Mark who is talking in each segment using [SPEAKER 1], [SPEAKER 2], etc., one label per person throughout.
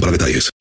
[SPEAKER 1] para detalles.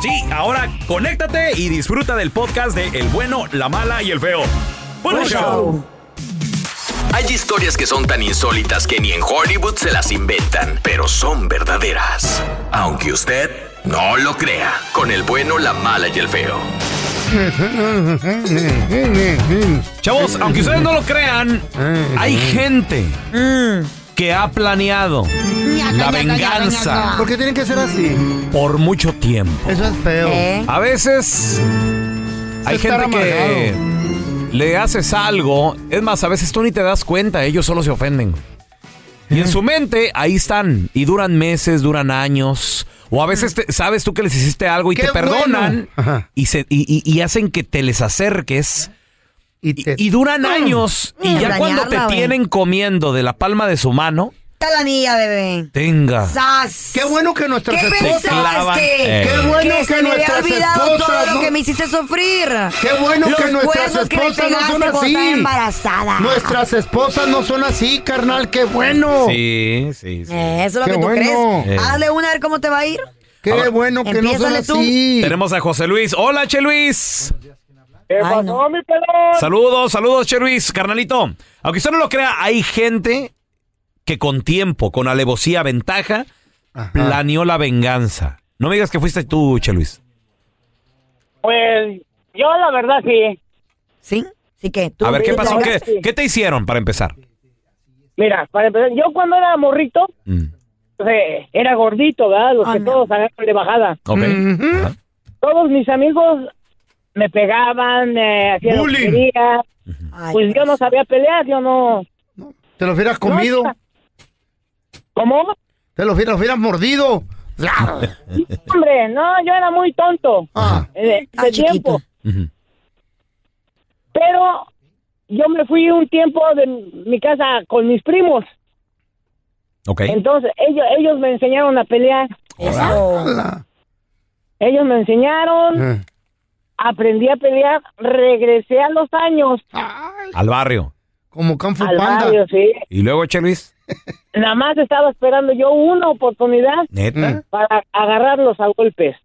[SPEAKER 2] Sí, ahora conéctate y disfruta del podcast de El bueno, la mala y el feo. Buen show.
[SPEAKER 3] Hay historias que son tan insólitas que ni en Hollywood se las inventan, pero son verdaderas. Aunque usted no lo crea, con el bueno, la mala y el feo.
[SPEAKER 2] Chavos, aunque ustedes no lo crean, hay gente
[SPEAKER 4] Mm.
[SPEAKER 2] que ha planeado la venganza
[SPEAKER 4] ¿Por qué tienen que ser así?
[SPEAKER 2] por mucho tiempo.
[SPEAKER 4] Eso es feo.
[SPEAKER 5] ¿Eh?
[SPEAKER 2] A veces hay
[SPEAKER 4] estar
[SPEAKER 2] gente que le haces algo, es más, a veces tú ni te das cuenta, ellos solo se ofenden. Y en su mente ahí están y duran meses, duran años. O a veces te- sabes tú que les hiciste algo y
[SPEAKER 4] ¡Qué
[SPEAKER 2] te perdonan
[SPEAKER 4] bueno! Ajá.
[SPEAKER 2] y, se, y, y- y hacen que te les acerques.
[SPEAKER 4] Y,
[SPEAKER 2] Y,
[SPEAKER 4] te-
[SPEAKER 2] y duran años y
[SPEAKER 5] Mm,
[SPEAKER 2] ya cuando te
[SPEAKER 5] dañarla, güey.
[SPEAKER 2] tienen comiendo de la palma de su mano,
[SPEAKER 5] Está la mía, bebé. Ah.
[SPEAKER 2] tenga.
[SPEAKER 5] ¡Sas!
[SPEAKER 4] Qué bueno que nuestras
[SPEAKER 5] ¿Qué
[SPEAKER 4] esposas-
[SPEAKER 2] pensaba?
[SPEAKER 5] pensaste?
[SPEAKER 2] Eh.
[SPEAKER 4] Qué bueno
[SPEAKER 5] que
[SPEAKER 4] que
[SPEAKER 5] se me había
[SPEAKER 4] nuestras
[SPEAKER 5] olvidado todo
[SPEAKER 4] esposas,
[SPEAKER 5] lo
[SPEAKER 4] ¿no?
[SPEAKER 5] que me hiciste sufrir.
[SPEAKER 4] Qué bueno
[SPEAKER 5] Los
[SPEAKER 4] que nuestras
[SPEAKER 5] cuernos que le
[SPEAKER 4] esposas no son
[SPEAKER 5] pegaste por
[SPEAKER 4] así.
[SPEAKER 5] estar embarazada.
[SPEAKER 4] Nuestras esposas no son así, carnal. Qué bueno.
[SPEAKER 2] Sí, sí, sí.
[SPEAKER 5] Eh, Eso es lo
[SPEAKER 4] Qué
[SPEAKER 5] que tú
[SPEAKER 4] bueno.
[SPEAKER 5] crees.
[SPEAKER 2] Eh.
[SPEAKER 5] Hazle una a ver cómo te va a ir.
[SPEAKER 4] Qué
[SPEAKER 2] Ahora-
[SPEAKER 4] bueno que no son
[SPEAKER 5] Empiézale tú.
[SPEAKER 4] así.
[SPEAKER 2] Tenemos a José Luis. Hola, Che Luis.
[SPEAKER 6] ¿Qué
[SPEAKER 5] Ay,
[SPEAKER 6] pasó,
[SPEAKER 5] no.
[SPEAKER 6] mi pelón?
[SPEAKER 2] Saludos, saludos, Che Luis, carnalito. Aunque usted no lo crea, hay gente que con tiempo, con alevosía, ventaja,
[SPEAKER 4] Ajá.
[SPEAKER 2] planeó la venganza. No me digas que fuiste tú, Che Luis.
[SPEAKER 6] Pues yo la verdad sí.
[SPEAKER 5] ¿Sí? Así que tú.
[SPEAKER 2] A ver, ¿qué
[SPEAKER 5] tú
[SPEAKER 2] pasó?
[SPEAKER 5] planeas-
[SPEAKER 2] ¿Qué, qué te hicieron para empezar?
[SPEAKER 6] Mira, para empezar, yo cuando era morrito,
[SPEAKER 2] Mm,
[SPEAKER 6] pues, eh, era gordito, ¿verdad? Los
[SPEAKER 5] Ah,
[SPEAKER 6] que
[SPEAKER 5] no.
[SPEAKER 6] todos agarran de bajada.
[SPEAKER 2] ok.
[SPEAKER 4] Ujú.
[SPEAKER 2] Ajá.
[SPEAKER 6] Todos mis amigos me pegaban, eh, hacían lo que
[SPEAKER 4] Bullying.
[SPEAKER 6] quería.
[SPEAKER 5] Ay,
[SPEAKER 6] Pues yo no sabía pelear, yo no...
[SPEAKER 4] Te los hubieras comido.
[SPEAKER 6] No, ¿Cómo?
[SPEAKER 4] Te los hubieras, los hubieras mordido.
[SPEAKER 6] Hombre, no, yo era muy tonto
[SPEAKER 4] Ah,
[SPEAKER 6] eh, de,
[SPEAKER 5] Ah, chiquito.
[SPEAKER 6] tiempo.
[SPEAKER 2] Ujú.
[SPEAKER 6] Pero yo me fui un tiempo de mi casa con mis primos.
[SPEAKER 2] Ok.
[SPEAKER 6] Entonces ellos, ellos me enseñaron a pelear.
[SPEAKER 5] Eso.
[SPEAKER 4] ala.
[SPEAKER 6] Ellos me enseñaron,
[SPEAKER 4] Eh.
[SPEAKER 6] aprendí a pelear, regresé a los años
[SPEAKER 5] Ah,
[SPEAKER 2] Al barrio.
[SPEAKER 4] Como Kung Fu
[SPEAKER 6] al
[SPEAKER 4] Panda.
[SPEAKER 6] barrio, sí.
[SPEAKER 2] Y luego, Che Luis,
[SPEAKER 6] Nada más estaba esperando yo una oportunidad
[SPEAKER 2] neta.
[SPEAKER 4] Mm.
[SPEAKER 6] para agarrarlos a golpes.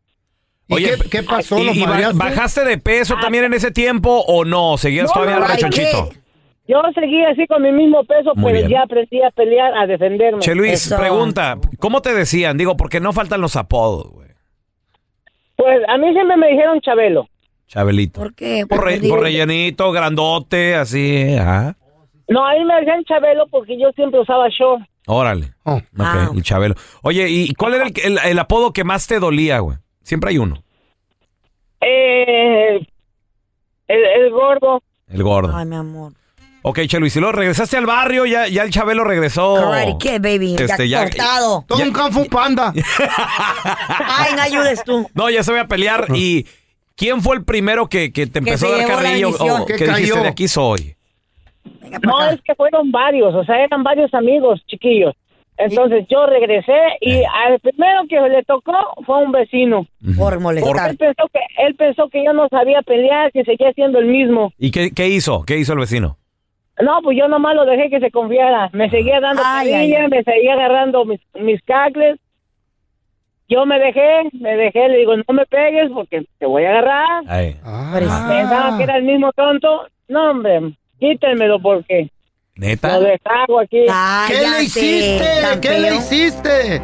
[SPEAKER 4] ¿Y qué, qué pasó?
[SPEAKER 2] ¿y-
[SPEAKER 4] ¿Los
[SPEAKER 2] y ba-
[SPEAKER 4] madreaste?
[SPEAKER 2] ¿Bajaste de peso
[SPEAKER 5] Ah.
[SPEAKER 2] también en ese tiempo o no? ¿Seguías
[SPEAKER 6] No,
[SPEAKER 2] todavía
[SPEAKER 6] no,
[SPEAKER 5] ay,
[SPEAKER 2] rechonchito?
[SPEAKER 5] ¿qué?
[SPEAKER 6] Yo seguí así con mi mismo peso,
[SPEAKER 2] Muy
[SPEAKER 6] pero
[SPEAKER 2] bien.
[SPEAKER 6] ya aprendí a pelear, a defenderme.
[SPEAKER 2] Che Luis,
[SPEAKER 5] Eso.
[SPEAKER 2] pregunta, ¿cómo te decían? Digo, porque no faltan los apodos, güey.
[SPEAKER 6] Pues a mí siempre me dijeron Chabelo.
[SPEAKER 2] Chabelito.
[SPEAKER 5] ¿Por qué?
[SPEAKER 2] Por, re-
[SPEAKER 5] digo-
[SPEAKER 2] por rellenito, grandote, así, ajá.
[SPEAKER 6] No, a mí me decían Chabelo porque yo siempre usaba short.
[SPEAKER 2] Órale.
[SPEAKER 4] Oh.
[SPEAKER 2] Ok,
[SPEAKER 5] Ah.
[SPEAKER 2] el Chabelo. Oye, ¿y cuál era el, el- el apodo que más te dolía, güey? Siempre hay uno,
[SPEAKER 6] Eh, el, el gordo.
[SPEAKER 2] el gordo.
[SPEAKER 5] Ay, mi amor.
[SPEAKER 2] Ok, Che Luis, y luego regresaste al barrio, ya, ya el Chabelo regresó.
[SPEAKER 5] Karate Kid, baby.
[SPEAKER 2] Este,
[SPEAKER 5] ya
[SPEAKER 2] ya-
[SPEAKER 5] cortado.
[SPEAKER 4] Todo un Kung Fu Panda.
[SPEAKER 5] Ay, no ayudes tú.
[SPEAKER 2] No, ya se voy a pelear. ¿Y quién fue el primero que, que te
[SPEAKER 5] Que
[SPEAKER 2] empezó
[SPEAKER 5] se
[SPEAKER 2] a dar
[SPEAKER 5] llevó la
[SPEAKER 2] carrillo?
[SPEAKER 5] bendición.
[SPEAKER 2] o
[SPEAKER 4] Que
[SPEAKER 2] que dijiste
[SPEAKER 4] cayó.
[SPEAKER 2] de aquí soy?
[SPEAKER 5] Venga
[SPEAKER 6] No,
[SPEAKER 5] para acá.
[SPEAKER 6] es que fueron varios, o sea, eran varios amigos chiquillos. Entonces yo regresé y al primero que le tocó fue a un vecino.
[SPEAKER 5] Por molestar.
[SPEAKER 6] Él pensó que él pensó que yo no sabía pelear, que seguía siendo el mismo.
[SPEAKER 2] ¿Y qué, qué hizo? ¿Qué hizo el vecino?
[SPEAKER 6] No, pues yo nomás lo dejé que se confiara. Me seguía dando
[SPEAKER 5] Ay, ay,
[SPEAKER 6] carrilla,
[SPEAKER 5] ay.
[SPEAKER 6] me seguía agarrando mis, mis cacles. Yo me dejé, me dejé, le digo, no me pegues porque te voy a agarrar. Ah.
[SPEAKER 2] Ay.
[SPEAKER 6] Pensaba que era el mismo tonto. No, hombre, quítenmelo porque
[SPEAKER 2] ¿Neta?
[SPEAKER 6] lo deshago aquí.
[SPEAKER 4] ¿Qué le
[SPEAKER 5] Cállate,
[SPEAKER 4] hiciste? ¿Qué le
[SPEAKER 5] campeón.
[SPEAKER 4] hiciste?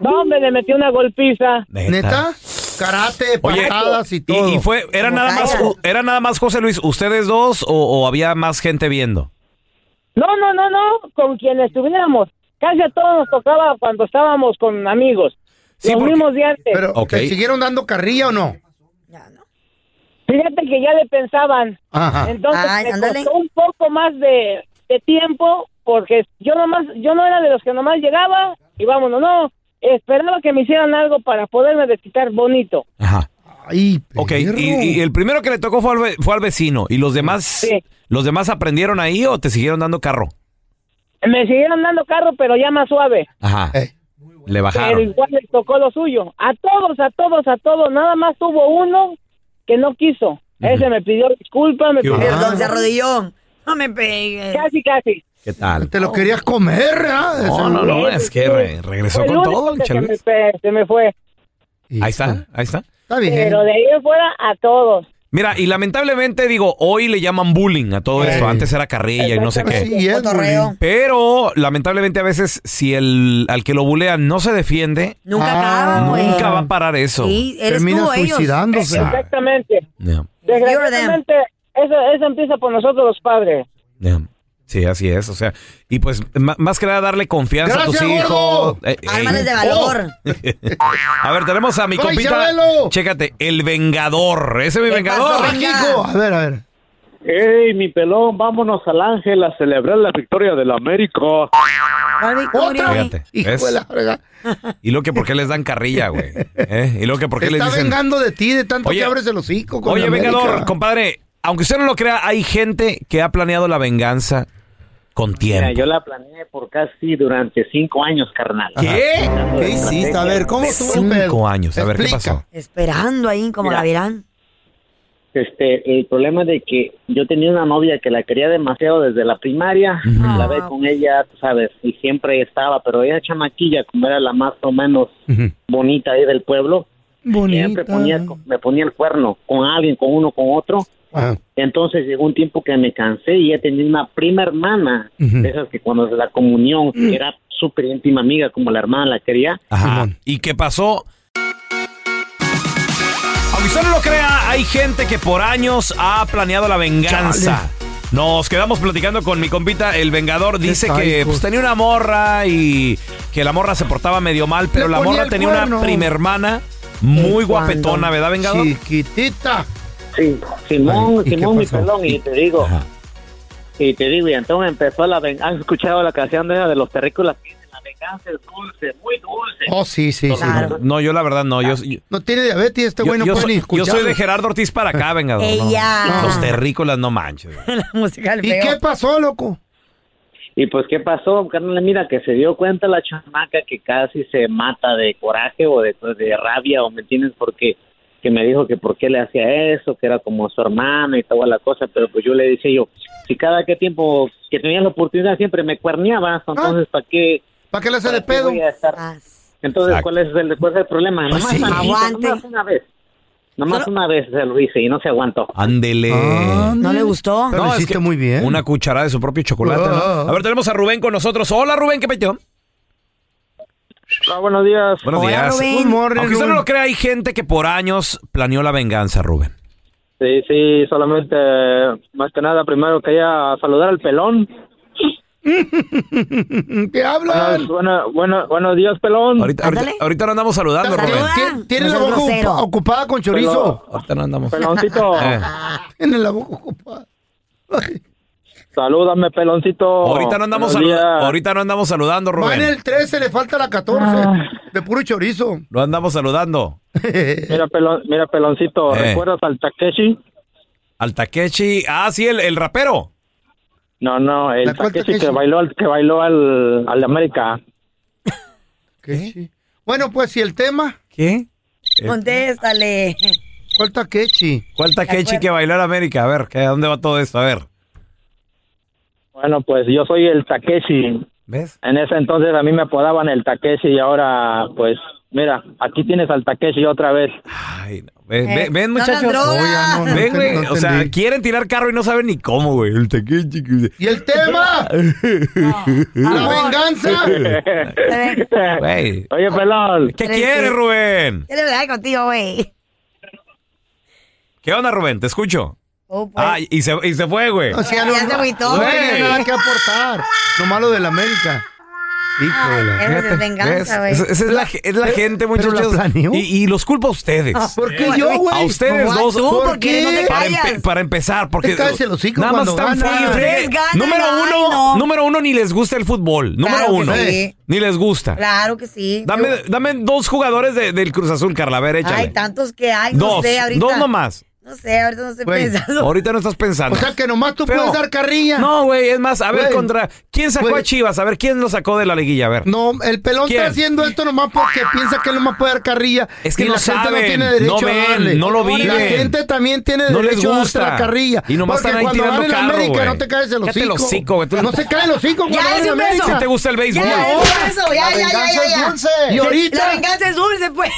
[SPEAKER 6] No, hombre, le metí una golpiza.
[SPEAKER 4] ¿Neta? Karate,
[SPEAKER 2] Oye,
[SPEAKER 4] patadas y todo.
[SPEAKER 2] ¿Y, y fue, era
[SPEAKER 5] Como
[SPEAKER 2] nada más,
[SPEAKER 5] caiga.
[SPEAKER 2] era nada más José Luis, ustedes dos o, o había más gente viendo?
[SPEAKER 6] No, no, no, no, con quien estuviéramos. Casi a todos nos tocaba cuando estábamos con amigos.
[SPEAKER 2] Sí,
[SPEAKER 6] Los
[SPEAKER 2] porque-
[SPEAKER 6] mismos de antes.
[SPEAKER 4] Pero,
[SPEAKER 2] Ok.
[SPEAKER 4] ¿te siguieron dando carrilla o no?
[SPEAKER 5] Ya, no.
[SPEAKER 6] Fíjate que ya le pensaban.
[SPEAKER 4] Ajá.
[SPEAKER 6] Entonces
[SPEAKER 5] Ay,
[SPEAKER 6] me
[SPEAKER 5] ándale.
[SPEAKER 6] costó un poco más de, de tiempo porque yo nomás, yo no era de los que nomás llegaba y vámonos, no. Esperaba que me hicieran algo para poderme desquitar bonito.
[SPEAKER 2] Ajá.
[SPEAKER 4] Ay,
[SPEAKER 2] Ok, y,
[SPEAKER 4] perro.
[SPEAKER 2] y el primero que le tocó fue al, ve- fue al vecino. ¿Y los demás,
[SPEAKER 6] Sí.
[SPEAKER 2] los demás aprendieron ahí o te siguieron dando carro?
[SPEAKER 6] Me siguieron dando carro, pero ya más suave.
[SPEAKER 2] Ajá.
[SPEAKER 4] Eh,
[SPEAKER 2] Le
[SPEAKER 6] Pero
[SPEAKER 2] bajaron.
[SPEAKER 6] igual les tocó lo suyo. A todos, a todos, a todos. Nada más tuvo uno que no quiso. Ese me pidió disculpas, me
[SPEAKER 2] Qué
[SPEAKER 6] pidió
[SPEAKER 2] bueno.
[SPEAKER 5] Perdón, se arrodilló. No me pegues.
[SPEAKER 6] casi, casi.
[SPEAKER 2] ¿Qué tal?
[SPEAKER 4] te lo querías comer, ¿verdad?
[SPEAKER 2] No,
[SPEAKER 4] Eso
[SPEAKER 2] no, no,
[SPEAKER 6] Sí,
[SPEAKER 2] es que
[SPEAKER 6] sí.
[SPEAKER 2] re- regresó
[SPEAKER 6] Fue el
[SPEAKER 2] con
[SPEAKER 6] único
[SPEAKER 2] todo,
[SPEAKER 6] que se
[SPEAKER 2] Chelo.
[SPEAKER 6] me, fue- se me fue.
[SPEAKER 4] Hijo,
[SPEAKER 2] Ahí está, ahí está.
[SPEAKER 4] Está bien.
[SPEAKER 6] Pero de ahí en fuera a todos.
[SPEAKER 2] Mira, y lamentablemente digo, hoy le llaman bullying a todo
[SPEAKER 4] Eh.
[SPEAKER 2] esto. Antes era carrilla y no sé qué.
[SPEAKER 4] Sí, es
[SPEAKER 5] Cotorreo.
[SPEAKER 4] bullying.
[SPEAKER 2] Pero lamentablemente a veces si el al que lo bulean no se defiende,
[SPEAKER 5] Nunca
[SPEAKER 4] Ah,
[SPEAKER 5] acaba, güey.
[SPEAKER 2] nunca va a parar eso.
[SPEAKER 5] Sí, eres
[SPEAKER 4] Termina
[SPEAKER 5] tú o ellos.
[SPEAKER 4] suicidándose.
[SPEAKER 2] Exacto.
[SPEAKER 6] Exactamente.
[SPEAKER 2] Yeah,
[SPEAKER 6] Desgraciadamente, eso, eso empieza por nosotros los padres.
[SPEAKER 2] yeah. Sí, así es. O sea, y pues ma- más que nada darle confianza a tus
[SPEAKER 4] Gracias,
[SPEAKER 2] hijos.
[SPEAKER 4] gordo.
[SPEAKER 2] Eh, eh. oh.
[SPEAKER 5] Ármales de valor.
[SPEAKER 2] A ver, tenemos a mi
[SPEAKER 4] ¡Ay,
[SPEAKER 2] compita.
[SPEAKER 4] Chabelo!
[SPEAKER 2] Chécate, el vengador. Ese es mi
[SPEAKER 5] ¿Qué
[SPEAKER 2] vengador.
[SPEAKER 5] pasó, venga?
[SPEAKER 4] Hijo, a ver, a ver.
[SPEAKER 7] ¡Ey, mi pelón! Vámonos al Ángel a celebrar la victoria del América.
[SPEAKER 5] ¿Cuál victoria?
[SPEAKER 4] Otra.
[SPEAKER 2] Fíjate,
[SPEAKER 4] Hijo
[SPEAKER 2] ¿ves?
[SPEAKER 4] de la verga.
[SPEAKER 2] Y lo que por qué les dan carrilla, güey. ¿Eh? Y lo que por
[SPEAKER 4] Te
[SPEAKER 2] qué les
[SPEAKER 4] está
[SPEAKER 2] dicen.
[SPEAKER 4] vengando de ti, de tanto
[SPEAKER 2] Oye,
[SPEAKER 4] que abres el hocico. con
[SPEAKER 2] Oye,
[SPEAKER 4] la
[SPEAKER 2] vengador,
[SPEAKER 4] América.
[SPEAKER 2] compadre, aunque usted no lo crea, hay gente que ha planeado la venganza con tiempo.
[SPEAKER 7] Mira, yo la planeé por casi durante cinco años, carnal.
[SPEAKER 2] ¿Qué?
[SPEAKER 8] ¿Qué hiciste? A ver, ¿cómo estuvo el
[SPEAKER 4] Súper.
[SPEAKER 2] Cinco años. A ver, ¿qué
[SPEAKER 4] Explica.
[SPEAKER 2] pasó?
[SPEAKER 5] Esperando ahí como
[SPEAKER 7] Mira.
[SPEAKER 5] Gavirán.
[SPEAKER 7] Este, el problema de que yo tenía una novia que la quería demasiado desde la primaria.
[SPEAKER 2] Ujú.
[SPEAKER 7] La ve con ella, tú sabes, y siempre estaba, pero ella chamaquilla, como era la más o menos
[SPEAKER 4] Ujú.
[SPEAKER 7] bonita ahí del pueblo, siempre
[SPEAKER 4] Bonita.
[SPEAKER 7] ponía, me ponía el cuerno con alguien, con uno, con otro.
[SPEAKER 4] Ah,
[SPEAKER 7] Entonces llegó un tiempo que me cansé y ya tenía una prima hermana,
[SPEAKER 4] Ujú.
[SPEAKER 7] de esas que cuando la comunión que era súper íntima amiga, como la hermana la quería.
[SPEAKER 2] Ajá.
[SPEAKER 4] Simón.
[SPEAKER 2] ¿Y qué pasó? Aunque usted no lo crea, hay gente que por años ha planeado la venganza. Nos quedamos platicando con mi compita, el Vengador. Dice que
[SPEAKER 4] psychos.
[SPEAKER 2] pues, tenía una morra y que la morra se portaba medio mal, pero
[SPEAKER 4] Le
[SPEAKER 2] la
[SPEAKER 4] ponía
[SPEAKER 2] morra
[SPEAKER 4] el
[SPEAKER 2] tenía
[SPEAKER 4] cuerno.
[SPEAKER 2] una prima hermana muy
[SPEAKER 5] ¿Y cuándo?
[SPEAKER 2] guapetona, ¿verdad, Vengador?
[SPEAKER 4] Chiquitita.
[SPEAKER 7] Sí, Simón,
[SPEAKER 4] Ay, ¿y qué
[SPEAKER 7] Simón, mi
[SPEAKER 4] pasó?
[SPEAKER 7] pelón, y te digo,
[SPEAKER 2] Ajá.
[SPEAKER 7] y te digo, y entonces empezó la venganza. ¿Has escuchado la canción de, esa de los terrícolas? que dice, La venganza es dulce, muy dulce.
[SPEAKER 4] Oh, sí, sí, sí.
[SPEAKER 5] Claro.
[SPEAKER 2] No, yo la verdad no. Yo, yo-
[SPEAKER 4] No tiene diabetes, este güey
[SPEAKER 2] yo-
[SPEAKER 4] no
[SPEAKER 2] yo
[SPEAKER 4] puede
[SPEAKER 2] soy,
[SPEAKER 4] ni
[SPEAKER 2] yo
[SPEAKER 4] escuchar.
[SPEAKER 2] soy de Gerardo Ortiz para acá, Vengador. no.
[SPEAKER 5] Ella.
[SPEAKER 2] Los terrícolas no manches.
[SPEAKER 5] La música del
[SPEAKER 4] ¿Y
[SPEAKER 5] feo. Ah.
[SPEAKER 4] qué pasó, loco?
[SPEAKER 7] Y pues, ¿qué pasó, carnal? Mira, que se dio cuenta la chamaca que casi se mata de coraje o de, pues, de rabia, o me entiendes, porque que me dijo que por qué le hacía eso, que era como su hermana y toda la cosa, pero pues yo le dije yo, si cada que tiempo que tenía la oportunidad siempre me cuerneabas, entonces, ¿para qué?
[SPEAKER 4] Ah. ¿Para qué le hace
[SPEAKER 7] para
[SPEAKER 4] de
[SPEAKER 7] qué
[SPEAKER 4] pedo?
[SPEAKER 7] voy a estar?
[SPEAKER 5] Ah,
[SPEAKER 7] Entonces,
[SPEAKER 2] Exacto.
[SPEAKER 7] ¿cuál es el, cuál es el problema?
[SPEAKER 4] Pues
[SPEAKER 7] nomás
[SPEAKER 4] sí.
[SPEAKER 7] tantito,
[SPEAKER 5] Aguante.
[SPEAKER 7] nomás una vez. Nomás
[SPEAKER 5] Solo-
[SPEAKER 7] una vez se lo hice y no se aguantó.
[SPEAKER 2] Ándele.
[SPEAKER 4] Ah,
[SPEAKER 5] ¿No le gustó?
[SPEAKER 4] Pero
[SPEAKER 2] No,
[SPEAKER 4] lo
[SPEAKER 2] es
[SPEAKER 4] hiciste
[SPEAKER 2] que
[SPEAKER 4] muy bien.
[SPEAKER 2] Una cucharada de su propio chocolate. ¿no?
[SPEAKER 4] Ah.
[SPEAKER 2] A ver, tenemos a Rubén con nosotros. Hola, Rubén, ¿qué pecho?
[SPEAKER 7] buenos días.
[SPEAKER 2] Buenos
[SPEAKER 5] Hola,
[SPEAKER 2] días.
[SPEAKER 5] Rubén.
[SPEAKER 4] Un morning,
[SPEAKER 2] Aunque usted no
[SPEAKER 4] Rubén.
[SPEAKER 2] lo crea, hay gente que por años planeó la venganza, Rubén.
[SPEAKER 7] Sí, sí, solamente, más que nada, primero quería saludar al pelón.
[SPEAKER 4] ¿Qué
[SPEAKER 9] Ah,
[SPEAKER 4] hablan?
[SPEAKER 7] Bueno, bueno, buenos días, pelón.
[SPEAKER 2] Ahorita, ahorita,
[SPEAKER 5] Ándale.
[SPEAKER 2] ahorita no andamos saludando,
[SPEAKER 5] Saluda.
[SPEAKER 2] Rubén.
[SPEAKER 4] Tien- Tiene la
[SPEAKER 5] No seas
[SPEAKER 4] boca
[SPEAKER 5] grosero.
[SPEAKER 4] ocupa- ocupada con chorizo.
[SPEAKER 7] Pero-
[SPEAKER 2] Ahorita no andamos.
[SPEAKER 7] Peloncito,
[SPEAKER 2] Eh,
[SPEAKER 4] Tiene la boca ocupada. Ay.
[SPEAKER 7] salúdame, peloncito.
[SPEAKER 2] ahorita, no andamos
[SPEAKER 7] Buenos
[SPEAKER 2] salu-
[SPEAKER 7] días.
[SPEAKER 2] ahorita no andamos saludando,
[SPEAKER 4] Va en
[SPEAKER 2] Rubén.
[SPEAKER 4] el 13, le falta la 14.
[SPEAKER 5] Ah.
[SPEAKER 4] De puro chorizo.
[SPEAKER 2] No andamos saludando.
[SPEAKER 7] Mira, pelon- mira, peloncito,
[SPEAKER 2] Eh.
[SPEAKER 7] ¿recuerdas al Takeshi?
[SPEAKER 2] Al Takechi. Ah, sí, el, el rapero.
[SPEAKER 7] No, no, el
[SPEAKER 4] ¿La cuál
[SPEAKER 7] Takeshi que
[SPEAKER 4] Takeshi?
[SPEAKER 7] bailó, al- que bailó al, al de América.
[SPEAKER 4] Bueno, pues, ¿y el tema?
[SPEAKER 2] ¿Qué?
[SPEAKER 5] Contéstale.
[SPEAKER 4] ¿Cuál taquechi?
[SPEAKER 2] Eh, ¿Cuál taquechi
[SPEAKER 5] acuerdo.
[SPEAKER 2] que bailó en América? A ver, ¿qué- ¿a dónde va todo esto? A ver.
[SPEAKER 9] Bueno, pues yo soy el Takeshi.
[SPEAKER 2] ¿Ves?
[SPEAKER 9] En ese entonces a mí me apodaban el Takeshi y ahora, pues, mira, aquí tienes al Takeshi otra vez.
[SPEAKER 2] Ay, no. Ven,
[SPEAKER 5] Eh,
[SPEAKER 2] ven, ven,
[SPEAKER 5] no hagan
[SPEAKER 2] muchachos.
[SPEAKER 5] droga. Oye, no,
[SPEAKER 4] no,
[SPEAKER 2] ven,
[SPEAKER 4] no
[SPEAKER 2] güey.
[SPEAKER 4] entendí.
[SPEAKER 2] o sea, quieren tirar carro y no saben ni cómo, güey. El taquechi. que-
[SPEAKER 4] ¿Y el tema? Ah. ¿La
[SPEAKER 5] Amor.
[SPEAKER 4] venganza?
[SPEAKER 2] Güey.
[SPEAKER 9] Oye, pelón,
[SPEAKER 2] ¿Qué
[SPEAKER 5] Tres,
[SPEAKER 2] quieres,
[SPEAKER 5] tres.
[SPEAKER 2] Rubén?
[SPEAKER 5] ¿Qué le verdad contigo, güey?
[SPEAKER 2] ¿Qué onda, Rubén? Te escucho.
[SPEAKER 5] Oh, pues.
[SPEAKER 2] Ah, y se, y se fue, güey.
[SPEAKER 4] O sea,
[SPEAKER 5] Ya
[SPEAKER 4] no,
[SPEAKER 5] se agüitó,
[SPEAKER 4] no
[SPEAKER 2] Eh. güey.
[SPEAKER 4] tenía nada que aportar. Lo malo de la América. Híjole.
[SPEAKER 5] Eso es
[SPEAKER 2] ¿Ves?
[SPEAKER 5] venganza, güey.
[SPEAKER 2] Esa esa es la, es la gente,
[SPEAKER 4] pero la
[SPEAKER 2] muchachos.
[SPEAKER 4] planeó.
[SPEAKER 2] Y, y los culpa a ustedes.
[SPEAKER 4] ¿Por qué yo, güey?
[SPEAKER 2] A ustedes
[SPEAKER 5] No, a
[SPEAKER 2] dos.
[SPEAKER 5] tú,
[SPEAKER 4] ¿Por
[SPEAKER 5] porque
[SPEAKER 4] qué?
[SPEAKER 5] no te
[SPEAKER 2] Para,
[SPEAKER 5] callas.
[SPEAKER 2] empe- para empezar, porque
[SPEAKER 4] Te calles el hocico
[SPEAKER 2] nada más
[SPEAKER 4] cuando
[SPEAKER 2] están
[SPEAKER 4] ganan.
[SPEAKER 2] fríos.
[SPEAKER 5] Ustedes ganan,
[SPEAKER 2] número
[SPEAKER 5] ay,
[SPEAKER 2] uno,
[SPEAKER 5] no.
[SPEAKER 2] número uno ni les gusta el fútbol. Número
[SPEAKER 5] Claro que
[SPEAKER 2] uno,
[SPEAKER 5] sí.
[SPEAKER 2] ni les gusta.
[SPEAKER 5] Claro que sí.
[SPEAKER 2] Dame, dame dos jugadores de- del Cruz Azul, Carla. A ver, échale.
[SPEAKER 5] Hay tantos que hay, no
[SPEAKER 2] dos,
[SPEAKER 5] sé, ahorita.
[SPEAKER 2] dos nomás.
[SPEAKER 5] No sé, ahorita no estoy
[SPEAKER 4] Güey,
[SPEAKER 5] pensando.
[SPEAKER 2] Ahorita no estás pensando.
[SPEAKER 4] O sea, que nomás tú
[SPEAKER 2] Feo.
[SPEAKER 4] puedes dar carrilla.
[SPEAKER 2] No, güey, es más, a ver
[SPEAKER 4] Güey.
[SPEAKER 2] contra. ¿Quién sacó
[SPEAKER 4] Güey.
[SPEAKER 2] a Chivas? A ver, ¿quién lo sacó de la liguilla? A ver.
[SPEAKER 4] No, el pelón
[SPEAKER 2] ¿Quién?
[SPEAKER 4] está haciendo esto nomás porque piensa que él nomás puede dar carrilla.
[SPEAKER 2] Es que
[SPEAKER 4] y
[SPEAKER 2] no
[SPEAKER 4] la gente
[SPEAKER 2] saben,
[SPEAKER 4] no tiene
[SPEAKER 2] no
[SPEAKER 4] derecho
[SPEAKER 2] ven,
[SPEAKER 4] a darle.
[SPEAKER 2] no lo
[SPEAKER 4] La
[SPEAKER 2] viven.
[SPEAKER 4] gente también tiene
[SPEAKER 2] No les
[SPEAKER 4] derecho a darte
[SPEAKER 2] gusta.
[SPEAKER 4] la carrilla.
[SPEAKER 2] Y nomás
[SPEAKER 4] Porque
[SPEAKER 2] están ahí
[SPEAKER 4] cuando
[SPEAKER 2] tirando
[SPEAKER 4] van en
[SPEAKER 2] carro,
[SPEAKER 4] América
[SPEAKER 2] güey.
[SPEAKER 4] no te caes el hocico.
[SPEAKER 2] Cállate el hocico, güey, tú-
[SPEAKER 4] No se cae el hocico
[SPEAKER 5] Ya,
[SPEAKER 4] cuando van
[SPEAKER 5] es
[SPEAKER 4] en
[SPEAKER 5] un
[SPEAKER 4] América.
[SPEAKER 2] ¿Sí
[SPEAKER 5] beso.
[SPEAKER 2] te gusta el béisbol?
[SPEAKER 5] Ya,
[SPEAKER 4] No.
[SPEAKER 5] es eso, ya, ya, ya, ya, ya.
[SPEAKER 4] Y
[SPEAKER 5] La
[SPEAKER 4] ahorita,
[SPEAKER 5] venganza es dulce, pues.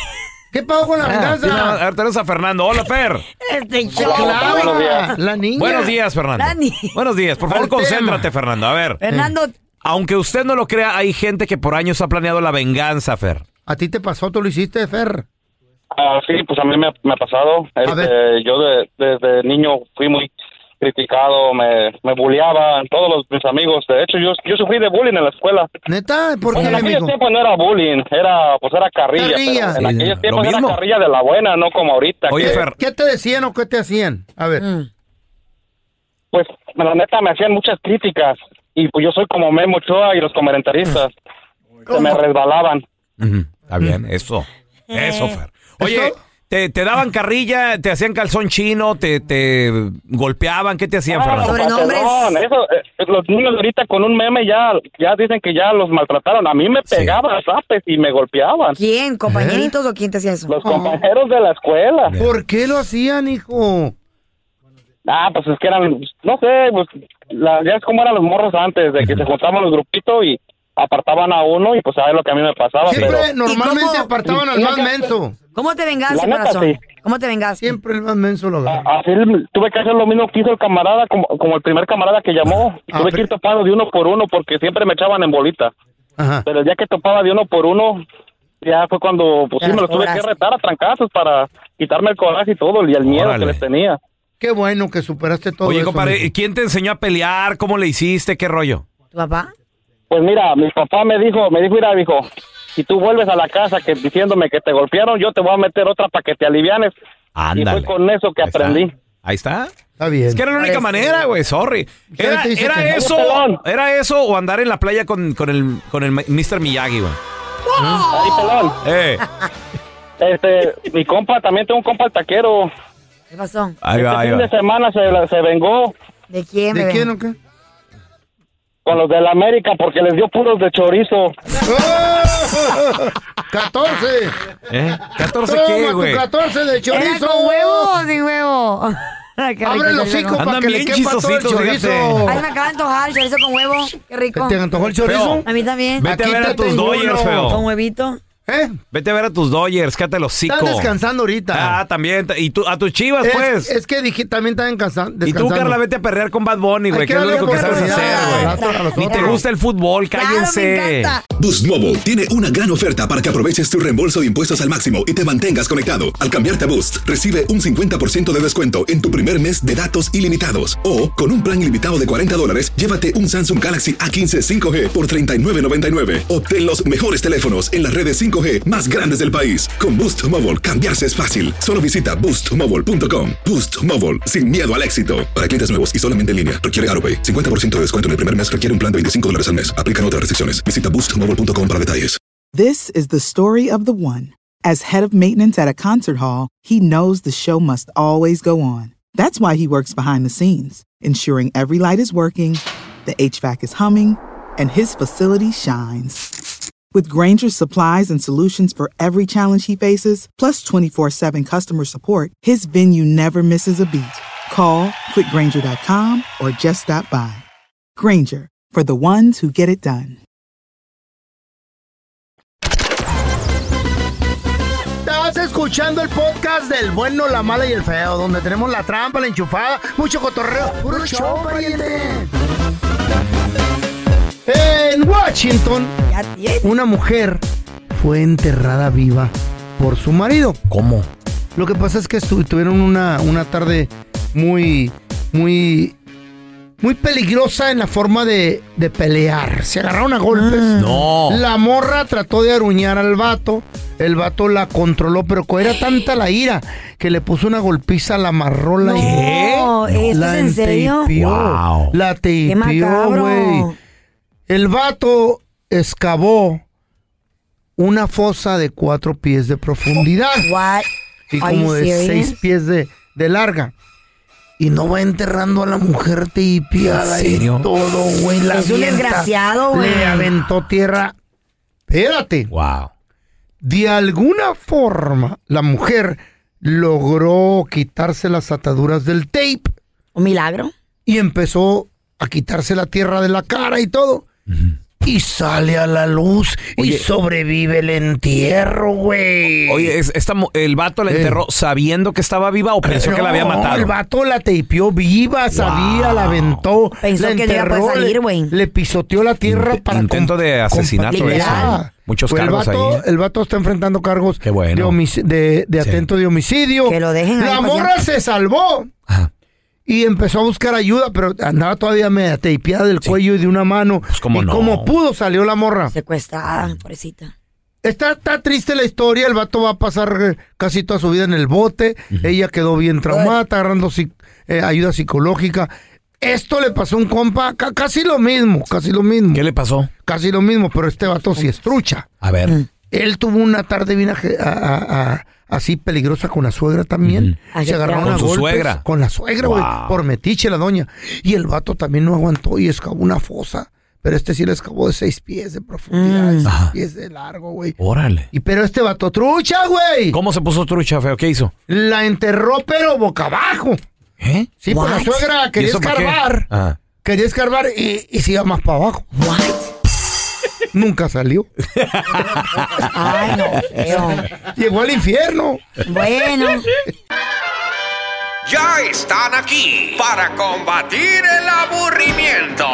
[SPEAKER 4] ¿qué pasó con la
[SPEAKER 2] Ah, sí, nada más. A
[SPEAKER 4] venganza?
[SPEAKER 2] ver, tenemos a Fernando. Hola, Fer.
[SPEAKER 5] Este show.
[SPEAKER 9] Buenos
[SPEAKER 4] Clava,
[SPEAKER 9] días.
[SPEAKER 4] Ah, la niña.
[SPEAKER 2] Buenos días, Fernando.
[SPEAKER 5] Dani.
[SPEAKER 2] Buenos días. Por favor,
[SPEAKER 4] Al tema. Eh.
[SPEAKER 2] concéntrate, Fernando. A ver.
[SPEAKER 5] Fernando,
[SPEAKER 2] Aunque usted no lo crea, hay gente que por años ha planeado la venganza, Fer.
[SPEAKER 4] A ti te pasó, tú lo hiciste, Fer.
[SPEAKER 9] Ah, sí, pues a mí me, me ha pasado. Este,
[SPEAKER 4] ver.
[SPEAKER 9] yo de- desde niño fui muy criticado, me, me bulleaban todos los, mis amigos. De hecho, yo, yo sufrí de bullying en la escuela.
[SPEAKER 4] ¿Neta? ¿Por qué,
[SPEAKER 9] Bueno, en
[SPEAKER 4] amigo?
[SPEAKER 9] aquellos tiempos no era bullying, era, pues era carrilla.
[SPEAKER 4] Carrilla.
[SPEAKER 9] pero en
[SPEAKER 2] Sí,
[SPEAKER 9] aquellos
[SPEAKER 2] lo
[SPEAKER 9] tiempos era
[SPEAKER 2] mismo.
[SPEAKER 9] carrilla de la buena, no como ahorita.
[SPEAKER 2] Oye,
[SPEAKER 9] que,
[SPEAKER 2] Fer.
[SPEAKER 4] ¿Qué te decían o qué te hacían? A ver.
[SPEAKER 5] Mm.
[SPEAKER 9] Pues, la neta, me hacían muchas críticas. Y pues yo soy como Memo Ochoa y los comentaristas. Se me resbalaban.
[SPEAKER 2] Ujú, Está
[SPEAKER 4] Mm.
[SPEAKER 2] bien, eso. Eso, Fer. Oye,
[SPEAKER 4] ¿Eso?
[SPEAKER 2] te, te daban carrilla, te hacían calzón chino, te, te golpeaban. ¿Qué te hacían, Fernando?
[SPEAKER 5] Sobrenombres.
[SPEAKER 9] Patelón, Eso, eh, los niños de ahorita con un meme ya, ya dicen que ya los maltrataron. A mí me
[SPEAKER 2] Sí.
[SPEAKER 9] pegaban zapes y me golpeaban.
[SPEAKER 5] ¿quién?
[SPEAKER 2] ¿Eh?
[SPEAKER 5] ¿Compañeritos o quién te hacía eso?
[SPEAKER 9] Los compañeros de la escuela.
[SPEAKER 4] ¿Por qué lo hacían, hijo?
[SPEAKER 9] Ah, pues es que eran, no sé, pues la- ya es como eran los morros antes, de que se juntaban los grupitos y apartaban a uno y pues sabes lo que a mí me pasaba. Pero
[SPEAKER 4] Siempre, normalmente
[SPEAKER 5] cómo?
[SPEAKER 4] apartaban al más menso.
[SPEAKER 5] ¿Cómo te vengaste,
[SPEAKER 9] La neta,
[SPEAKER 5] corazón?
[SPEAKER 9] sí.
[SPEAKER 5] ¿Cómo te vengaste?
[SPEAKER 4] Siempre el más menso lo agarra.
[SPEAKER 9] a- así el- tuve que hacer lo mismo que hizo el camarada, como, como el primer camarada que llamó.
[SPEAKER 4] Ah,
[SPEAKER 9] tuve
[SPEAKER 4] pero-
[SPEAKER 9] que ir topando de uno por uno porque siempre me echaban en bolita.
[SPEAKER 4] Ajá.
[SPEAKER 9] Pero el día que topaba de uno por uno, ya fue cuando pues,
[SPEAKER 5] Ya
[SPEAKER 9] sí,
[SPEAKER 5] las
[SPEAKER 9] me los tuve que
[SPEAKER 5] cobraste.
[SPEAKER 9] retar a trancazos para quitarme el coraje y todo, y el miedo
[SPEAKER 2] Órale.
[SPEAKER 9] que les tenía.
[SPEAKER 4] Qué bueno que superaste todo
[SPEAKER 2] Oye,
[SPEAKER 4] eso.
[SPEAKER 2] compadre,
[SPEAKER 4] mijo.
[SPEAKER 2] ¿quién te enseñó a pelear? ¿Cómo le hiciste? ¿Qué rollo?
[SPEAKER 5] ¿Tu papá?
[SPEAKER 9] Pues mira, mi papá me dijo, me dijo, mira, dijo, si tú vuelves a la casa que diciéndome que te golpearon, yo te voy a meter otra para que te alivianes.
[SPEAKER 2] Ándale.
[SPEAKER 9] Y fue con eso que
[SPEAKER 2] Ahí está.
[SPEAKER 9] aprendí.
[SPEAKER 2] Ahí está. Pues,
[SPEAKER 4] Está bien.
[SPEAKER 2] Es que era la única
[SPEAKER 5] Parece.
[SPEAKER 2] manera, güey, sorry.
[SPEAKER 4] ¿Quién
[SPEAKER 2] Era,
[SPEAKER 4] te dice
[SPEAKER 2] era
[SPEAKER 4] que no?
[SPEAKER 2] eso,
[SPEAKER 9] Pelón.
[SPEAKER 2] era eso o andar en la playa con, con el, con el Mr. Miyagi, güey.
[SPEAKER 9] Ahí, pelón.
[SPEAKER 2] Eh,
[SPEAKER 9] Este, mi compa, también tengo un compa el taquero.
[SPEAKER 5] ¿Qué pasó?
[SPEAKER 2] ahí va,
[SPEAKER 9] este
[SPEAKER 2] ahí
[SPEAKER 9] fin
[SPEAKER 2] va.
[SPEAKER 9] de semana se, la- se vengó
[SPEAKER 5] ¿De quién?
[SPEAKER 4] ¿De
[SPEAKER 5] bebé?
[SPEAKER 4] quién o qué?
[SPEAKER 9] con los de la América porque les dio puros de chorizo.
[SPEAKER 4] ¡Oh! ¡14!
[SPEAKER 2] Eh, 14 qué,
[SPEAKER 4] Toma tu
[SPEAKER 2] güey.
[SPEAKER 4] 14 de
[SPEAKER 5] ¿Era
[SPEAKER 4] chorizo!
[SPEAKER 5] con huevo o sin huevo? Qué rico,
[SPEAKER 4] ¡Abre los
[SPEAKER 5] chorizo
[SPEAKER 4] hocico
[SPEAKER 5] con-
[SPEAKER 4] para
[SPEAKER 2] Andan
[SPEAKER 4] que le
[SPEAKER 2] bien
[SPEAKER 4] quepa todo el
[SPEAKER 2] chistositos,
[SPEAKER 4] chorizo!
[SPEAKER 5] Ay, me acaba de antojar el chorizo con huevo. Qué rico.
[SPEAKER 4] ¿Te antojó el
[SPEAKER 2] Feo.
[SPEAKER 4] chorizo?
[SPEAKER 5] A mí también.
[SPEAKER 2] Vete a
[SPEAKER 4] Aquí
[SPEAKER 2] ver
[SPEAKER 4] te
[SPEAKER 2] a tus
[SPEAKER 4] tengo uno.
[SPEAKER 2] Dodgers,
[SPEAKER 5] Con
[SPEAKER 2] feo.
[SPEAKER 5] huevito.
[SPEAKER 4] ¿Eh?
[SPEAKER 2] Vete a ver a tus Dodgers, cállate los hocico.
[SPEAKER 4] Están descansando ahorita.
[SPEAKER 2] Ah, también. ta- Y tú, a tus chivas,
[SPEAKER 4] es,
[SPEAKER 2] pues.
[SPEAKER 4] es que dije, también están cansa- descansando.
[SPEAKER 2] y tú, Carla, vete a perrear con Bad
[SPEAKER 4] Hay
[SPEAKER 2] Bunny, güey,
[SPEAKER 4] que
[SPEAKER 2] que es lo
[SPEAKER 4] darle
[SPEAKER 2] único que sabes
[SPEAKER 4] oportunidad
[SPEAKER 5] al
[SPEAKER 2] hacer,
[SPEAKER 4] rato a
[SPEAKER 2] güey.
[SPEAKER 4] los
[SPEAKER 2] Ni te
[SPEAKER 4] otros.
[SPEAKER 2] gusta el fútbol,
[SPEAKER 5] Claro, me
[SPEAKER 2] cállense.
[SPEAKER 5] encanta.
[SPEAKER 1] Boost Mobile tiene una gran oferta para que aproveches tu reembolso de impuestos al máximo y te mantengas conectado. Al cambiarte a Boost, recibe un 50% de descuento en tu primer mes de datos ilimitados. O, con un plan ilimitado de 40 dólares, llévate un Samsung Galaxy A15 5G por $39.99. Obtén los mejores teléfonos en las redes 5G más grandes del país. Con Boost Mobile, cambiarse es fácil. Solo visita boostmobile.com. Boost Mobile, sin miedo al éxito. Para clientes nuevos y solamente en línea, requiere AroPay. 50% de descuento en el primer mes requiere un plan de 25 dólares al mes. Aplican otras restricciones. Visita boostmobile.com para detalles.
[SPEAKER 10] This is the story of the one. As head of maintenance at a concert hall, he knows the show must always go on. That's why he works behind the scenes, ensuring every light is working, the HVAC is humming, and his facility shines. With Granger's supplies and solutions for every challenge he faces, plus 24 7 customer support, his venue never misses a beat. Call quickgranger.com or just stop by. Granger, for the ones who get it done.
[SPEAKER 4] Estás escuchando el podcast del bueno, la mala y el feo, donde tenemos la trampa, la enchufada, mucho cotorreo. ¡Puro show, pariente! En Washington, una mujer fue enterrada viva por su marido.
[SPEAKER 2] ¿Cómo?
[SPEAKER 4] Lo que pasa es que estu- tuvieron una, una tarde muy, muy, muy peligrosa en la forma de, de pelear. Se agarraron a golpes.
[SPEAKER 2] Mm. No.
[SPEAKER 4] La morra trató de aruñar al vato. El vato la controló, pero co- era tanta la ira que le puso una golpiza, la amarró, la
[SPEAKER 5] No, ¿esto es
[SPEAKER 4] La
[SPEAKER 5] en serio?
[SPEAKER 4] enteipió.
[SPEAKER 5] Wow.
[SPEAKER 4] La teipió,
[SPEAKER 5] macabro.
[SPEAKER 4] güey. El vato excavó una fosa de cuatro pies de profundidad. Y
[SPEAKER 5] Are you
[SPEAKER 4] como de
[SPEAKER 5] serious?
[SPEAKER 4] seis pies de, de larga. Y no va enterrando a la mujer tipiada
[SPEAKER 5] ¿En
[SPEAKER 4] y
[SPEAKER 5] serio?
[SPEAKER 4] todo, güey. la
[SPEAKER 5] Es un
[SPEAKER 4] avienta.
[SPEAKER 5] desgraciado, güey.
[SPEAKER 4] Le aventó tierra. Espérate.
[SPEAKER 2] Wow.
[SPEAKER 4] De alguna forma, la mujer logró quitarse las ataduras del tape.
[SPEAKER 5] ¿Un milagro?
[SPEAKER 4] Y empezó a quitarse la tierra de la cara y todo. Y sale a la luz y sobrevive el entierro, güey.
[SPEAKER 2] Oye, es- esta mu- el vato la enterró sabiendo que estaba viva o pensó que la había
[SPEAKER 4] Eh. No,
[SPEAKER 2] matado.
[SPEAKER 4] El vato la teipió viva, sabía, la aventó.
[SPEAKER 5] Pensó
[SPEAKER 4] la
[SPEAKER 5] que no iba a
[SPEAKER 4] enterró,
[SPEAKER 5] poder salir,
[SPEAKER 4] le-
[SPEAKER 5] güey.
[SPEAKER 4] Le pisoteó la tierra para.
[SPEAKER 2] Intento de asesinato
[SPEAKER 4] compartir.
[SPEAKER 2] eso. ¿eh?
[SPEAKER 4] Literal.
[SPEAKER 2] Muchos
[SPEAKER 4] Pues el
[SPEAKER 2] cargos
[SPEAKER 4] vato-
[SPEAKER 2] ahí.
[SPEAKER 4] El vato está enfrentando cargos de, homici- de, de
[SPEAKER 2] Sí.
[SPEAKER 4] atento de homicidio.
[SPEAKER 5] Que lo dejen ahí
[SPEAKER 4] La
[SPEAKER 5] para
[SPEAKER 4] morra
[SPEAKER 5] siempre.
[SPEAKER 4] se salvó. Y empezó a buscar ayuda, pero andaba todavía media teipiada del cuello y de una mano.
[SPEAKER 2] Pues, cómo
[SPEAKER 4] y
[SPEAKER 2] no.
[SPEAKER 4] como pudo salió la morra.
[SPEAKER 5] Secuestrada, Ah, pobrecita.
[SPEAKER 4] Está, está triste la historia, el vato va a pasar eh, casi toda su vida en el bote, ella quedó bien traumada, agarrando psi- eh, ayuda psicológica. Esto le pasó a un compa, ca- casi lo mismo, casi lo mismo. ¿Qué
[SPEAKER 2] le pasó?
[SPEAKER 4] Casi lo mismo, pero este vato sí es trucha.
[SPEAKER 2] A ver.
[SPEAKER 4] Él tuvo una tarde bien aje- a- a- a- así peligrosa con la suegra también.
[SPEAKER 2] Ay,
[SPEAKER 4] Se
[SPEAKER 2] qué
[SPEAKER 4] agarraron
[SPEAKER 2] trauma.
[SPEAKER 4] a
[SPEAKER 2] Con su
[SPEAKER 4] golpes
[SPEAKER 2] suegra.
[SPEAKER 4] Con la suegra, güey. Por metiche la doña. Y el vato también no aguantó y excavó una fosa. Pero este sí le excavó de seis pies de profundidad, de seis
[SPEAKER 2] Ajá.
[SPEAKER 4] pies de largo, güey.
[SPEAKER 2] Órale.
[SPEAKER 4] Y pero este vato trucha, güey.
[SPEAKER 2] ¿Cómo se puso trucha, feo? ¿Qué hizo?
[SPEAKER 4] La enterró, pero boca abajo.
[SPEAKER 2] ¿Eh?
[SPEAKER 4] Sí, pues la suegra quería escarbar.
[SPEAKER 2] Ah.
[SPEAKER 4] Quería escarbar y, y se iba más para abajo. Nunca salió.
[SPEAKER 5] Ay, no,
[SPEAKER 4] Llegó al infierno.
[SPEAKER 5] Bueno.
[SPEAKER 11] Ya están aquí para combatir el aburrimiento.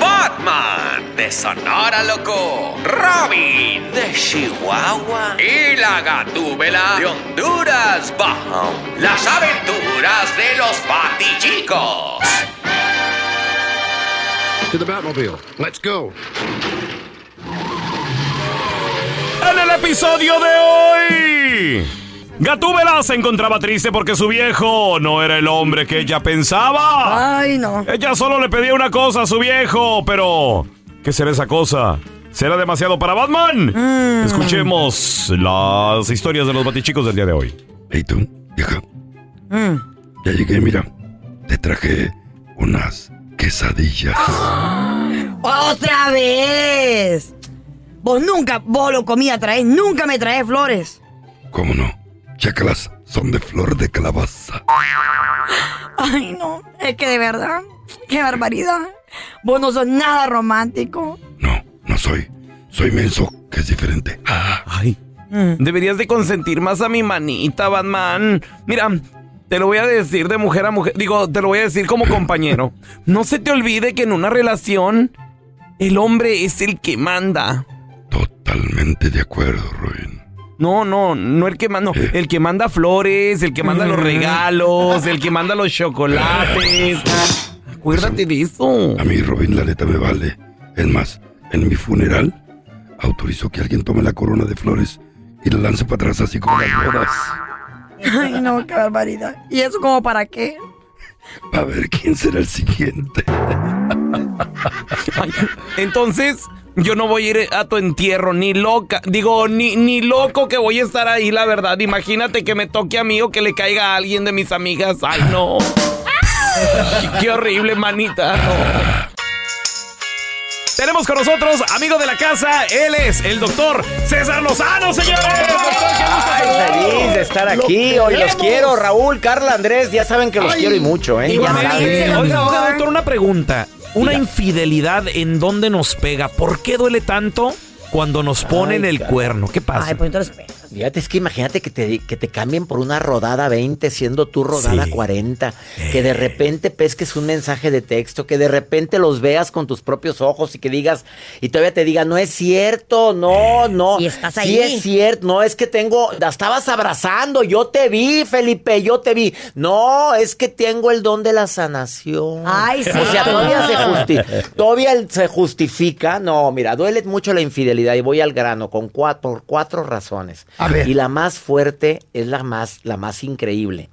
[SPEAKER 11] Batman de Sonora Loco, Robin de Chihuahua y la Gatúbela de Honduras Bajo. Las aventuras de los patichicos.
[SPEAKER 12] To the Batmobile. Let's go.
[SPEAKER 13] En el episodio de hoy. Gatúbela se encontraba triste porque su viejo no era el hombre que ella
[SPEAKER 4] Ah.
[SPEAKER 13] pensaba.
[SPEAKER 5] Ay, no.
[SPEAKER 13] Ella solo le pedía una cosa a su viejo, pero ¿qué será esa cosa? ¿Será demasiado para Batman? Escuchemos las historias de los batichicos del día de hoy.
[SPEAKER 14] ¿Y tú, vieja?
[SPEAKER 4] Mm.
[SPEAKER 14] Ya llegué, mira. Te traje unas quesadillas.
[SPEAKER 5] ¡Otra vez! Vos nunca, vos lo comía traes, nunca me traes flores.
[SPEAKER 14] ¿Cómo no? Chécalas, son de flor de calabaza.
[SPEAKER 5] Ay, no, es que de verdad, qué barbaridad. Vos no sos nada romántico.
[SPEAKER 14] No soy. Soy menso, que es diferente.
[SPEAKER 2] Ay. Deberías de consentir más a mi manita, Batman. Mira, te lo voy a decir de mujer a mujer. Digo, te lo voy a decir como compañero. No se te olvide que en una relación el hombre es el que manda.
[SPEAKER 14] Totalmente de acuerdo, Eh. Ruin.
[SPEAKER 2] No, no, no el que manda, no, el que manda flores, el que manda los regalos, el que manda los chocolates. Acuérdate de eso.
[SPEAKER 14] A mí, Robin, la neta me vale. Es más, en mi funeral, autorizo que alguien tome la corona de flores y la lance para atrás así como las bodas.
[SPEAKER 5] Ay, no, qué barbaridad. ¿Y eso como para qué?
[SPEAKER 14] A ver quién será el siguiente.
[SPEAKER 2] Ay, Entonces, yo no voy a ir a tu entierro, ni loca. Digo, ni, ni loco que voy a estar ahí, la verdad. Imagínate que me toque a mí o que le caiga a alguien de mis amigas. Ay, no. Qué, qué horrible, manita. no.
[SPEAKER 13] Tenemos con nosotros, amigo de la casa, él es el doctor César Lozano, señores.
[SPEAKER 15] Feliz de estar aquí. Hoy los quiero, Raúl, Carla, Andrés. Ya saben que los
[SPEAKER 2] Ay,
[SPEAKER 15] quiero y mucho, ¿eh? Ya
[SPEAKER 2] igualmente,
[SPEAKER 15] saben.
[SPEAKER 2] Oiga, oiga, doctor, una pregunta. Una infidelidad, ¿en dónde nos pega? ¿Por qué duele tanto cuando nos ponen el
[SPEAKER 15] caray.
[SPEAKER 2] cuerno? ¿Qué pasa?
[SPEAKER 15] Ay, pues entonces. Fíjate, es que imagínate que te, que te cambien por una rodada 20, siendo tú rodada 40. Que
[SPEAKER 2] Eh.
[SPEAKER 15] de repente pesques un mensaje de texto, que de repente los veas con tus propios ojos y que digas, y todavía te diga, no es cierto,
[SPEAKER 2] Eh.
[SPEAKER 15] no, no. Y estás
[SPEAKER 5] ahí.
[SPEAKER 15] Sí es cierto, no, es que tengo, la estabas abrazando, yo te vi, Felipe, yo te vi. No, es que tengo el don de la sanación.
[SPEAKER 5] Ay, sí.
[SPEAKER 15] O sea, todavía se justifica. Todavía el- se justifica. No, mira, duele mucho la infidelidad y voy al grano con cuatro, por cuatro razones.
[SPEAKER 4] A ver.
[SPEAKER 15] Y la más fuerte es la más, la más increíble.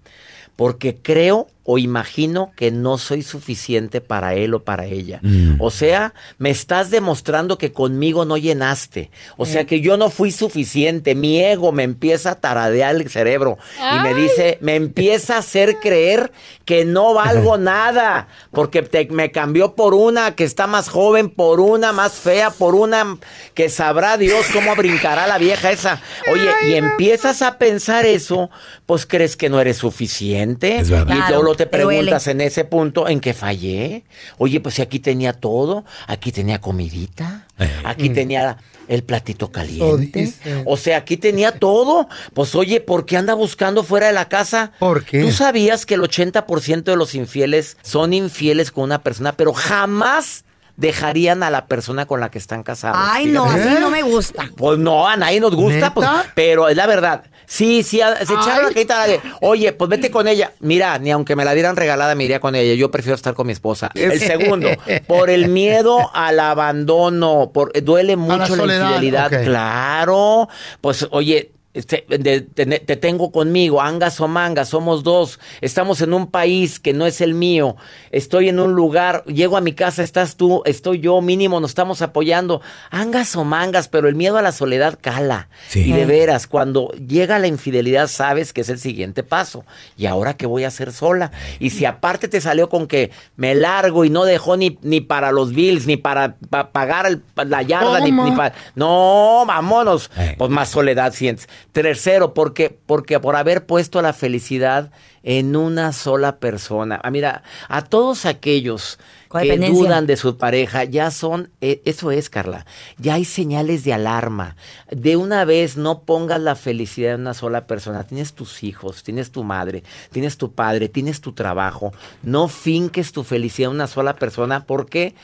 [SPEAKER 15] Porque creo o imagino que no soy suficiente para él o para ella.
[SPEAKER 16] Mm.
[SPEAKER 15] O sea, me estás demostrando que conmigo no llenaste. O
[SPEAKER 4] Eh.
[SPEAKER 15] sea, que yo no fui suficiente. Mi ego me empieza a taradear el cerebro. Y me dice, me empieza a hacer creer que no valgo nada. Porque te- me cambió por una que está más joven, por una más fea, por una que sabrá Dios cómo brincará la vieja esa. Oye, y empiezas a pensar eso, pues crees que no eres suficiente. Y
[SPEAKER 16] Claro,
[SPEAKER 15] luego te
[SPEAKER 16] te duele.
[SPEAKER 15] preguntas en ese punto en que fallé. Oye, pues si aquí tenía todo, aquí tenía comidita, aquí tenía el platito caliente. O sea, aquí tenía todo. Pues oye, ¿por qué anda buscando fuera de la casa? ¿Por qué? Tú sabías que el 80% de los infieles son infieles con una persona, pero jamás dejarían a la persona con la que están casados.
[SPEAKER 5] Ay, no,
[SPEAKER 15] Fíjate.
[SPEAKER 4] ¿Eh?
[SPEAKER 5] así no me gusta.
[SPEAKER 15] Pues no, a nadie nos gusta,
[SPEAKER 5] ¿Neta?
[SPEAKER 15] pues, pero es la verdad. Sí, sí, a- se echaron la carita de, oye, pues vete con ella. Mira, ni aunque me la dieran regalada, me iría con ella. Yo prefiero estar con mi esposa. El segundo, por el miedo al abandono, por, duele mucho la,
[SPEAKER 4] soledad,
[SPEAKER 15] infidelidad,
[SPEAKER 4] ok.
[SPEAKER 15] claro. Pues, oye. Te, de- te- te tengo conmigo, angas o mangas, somos dos, estamos en un país que no es el mío, estoy en un lugar, llego a mi casa, estás tú, estoy yo, mínimo, nos estamos apoyando, angas o mangas, pero el miedo a la soledad cala.
[SPEAKER 2] Sí.
[SPEAKER 15] Y de veras, cuando llega la infidelidad sabes que es el siguiente paso. ¿Y ahora qué voy a hacer sola? Y si aparte te salió con que me largo y no dejó ni, ni para los bills, ni para pa- pagar el- pa- la yarda, ni,
[SPEAKER 4] Toma.
[SPEAKER 15] ni para... No, vámonos. Pues más soledad sientes. Tercero, porque, porque por haber puesto la felicidad en una sola persona. Ah, mira, a todos aquellos que
[SPEAKER 5] Codependencia.
[SPEAKER 15] dudan de su pareja, ya son, eh, eso es, Carla, ya hay señales de alarma. De una vez no pongas la felicidad en una sola persona. Tienes tus hijos, tienes tu madre, tienes tu padre, tienes tu trabajo. No finques tu felicidad en una sola persona porque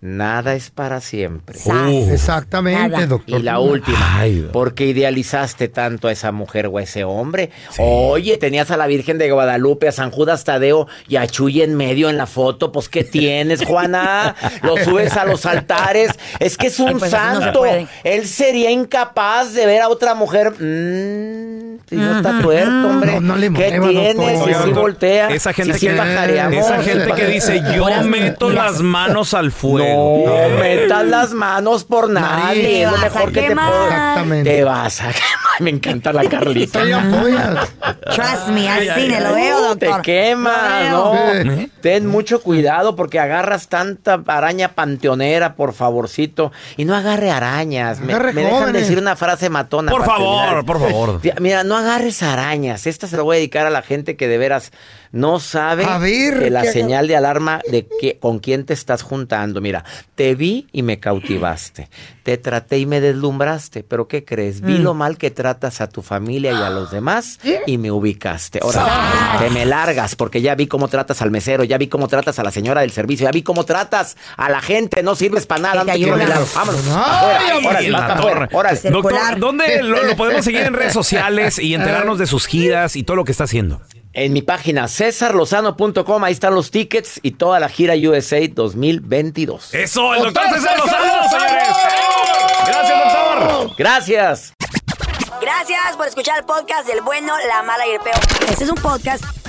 [SPEAKER 15] nada es para siempre.
[SPEAKER 4] Exactamente, doctor.
[SPEAKER 15] Y la última, porque idealizaste tanto a esa mujer o a ese hombre. Oye, tenías a la Virgen de Guadalupe, a San Judas Tadeo y a Chuy en medio en la foto. Pues, ¿qué tienes, Juana? Lo subes a los altares. Es que es un
[SPEAKER 5] Ay, pues, así no se
[SPEAKER 15] santo.
[SPEAKER 5] puede.
[SPEAKER 15] Él sería incapaz de ver a otra mujer. Mm, si no está
[SPEAKER 2] Ujú.
[SPEAKER 15] tuerto, hombre.
[SPEAKER 2] No, no le
[SPEAKER 15] ¿Qué
[SPEAKER 2] mueva,
[SPEAKER 15] tienes?
[SPEAKER 2] doctor.
[SPEAKER 15] pues, Si
[SPEAKER 2] Oiga,
[SPEAKER 15] sí
[SPEAKER 2] doctor,
[SPEAKER 15] voltea.
[SPEAKER 2] esa gente
[SPEAKER 15] si sí
[SPEAKER 2] que-
[SPEAKER 15] pajareamos,
[SPEAKER 2] esa
[SPEAKER 15] si
[SPEAKER 2] gente que
[SPEAKER 15] pajareamos.
[SPEAKER 2] dice, yo meto las manos al fuego.
[SPEAKER 15] No metas las manos por nadie.
[SPEAKER 5] Te
[SPEAKER 15] es lo
[SPEAKER 5] vas a
[SPEAKER 15] mejor que te
[SPEAKER 5] quemar.
[SPEAKER 15] puedo.
[SPEAKER 5] Exactamente.
[SPEAKER 15] Te vas a quemar. Me encanta la Carlita.
[SPEAKER 5] Trust me, al
[SPEAKER 15] Ay, ay,
[SPEAKER 5] cine
[SPEAKER 15] ay.
[SPEAKER 5] lo veo,
[SPEAKER 15] Uh,
[SPEAKER 5] doctor.
[SPEAKER 15] Te quema,
[SPEAKER 5] Lo
[SPEAKER 15] ¿no?
[SPEAKER 5] veo.
[SPEAKER 15] ¿Eh? Ten mucho cuidado porque agarras tanta araña panteonera, por favorcito. Y no agarre arañas. Me,
[SPEAKER 2] Agarre
[SPEAKER 15] me dejan
[SPEAKER 2] jóvenes.
[SPEAKER 15] decir una frase matona.
[SPEAKER 2] Por
[SPEAKER 15] para
[SPEAKER 2] favor,
[SPEAKER 15] terminar.
[SPEAKER 2] por favor.
[SPEAKER 15] Tía, Mira, no agarres arañas. Esta se la voy a dedicar a la gente que de veras no sabe
[SPEAKER 4] A ver,
[SPEAKER 15] de la
[SPEAKER 4] ¿qué hago?
[SPEAKER 15] señal de alarma de que, con quién te estás juntando. Mira, te vi y me cautivaste. Te traté y me deslumbraste. Pero ¿qué crees? Vi
[SPEAKER 5] Mm.
[SPEAKER 15] lo mal que tratas a tu familia y a los demás y me ubicaste. Ahora, te me largas porque ya vi cómo tratas al mesero, ya vi cómo tratas a la señora del servicio, ya vi cómo tratas a la gente. No sirves para nada. no te quiero a mi lado. Vámonos. afuera,
[SPEAKER 2] Ay,
[SPEAKER 15] órale,
[SPEAKER 2] la
[SPEAKER 15] vas
[SPEAKER 2] torre.
[SPEAKER 15] afuera, órale.
[SPEAKER 2] Doctor, ¿dónde lo, lo podemos seguir en redes sociales y enterarnos de sus giras y todo lo que está haciendo?
[SPEAKER 15] En mi página cesarlozano.com, ahí están los tickets y toda la gira USA 2022.
[SPEAKER 13] Eso, el doctor César
[SPEAKER 15] Lozano, señores.
[SPEAKER 13] Gracias, doctor.
[SPEAKER 15] Gracias.
[SPEAKER 5] Gracias por escuchar el podcast del bueno, la mala y el peor. Este es un podcast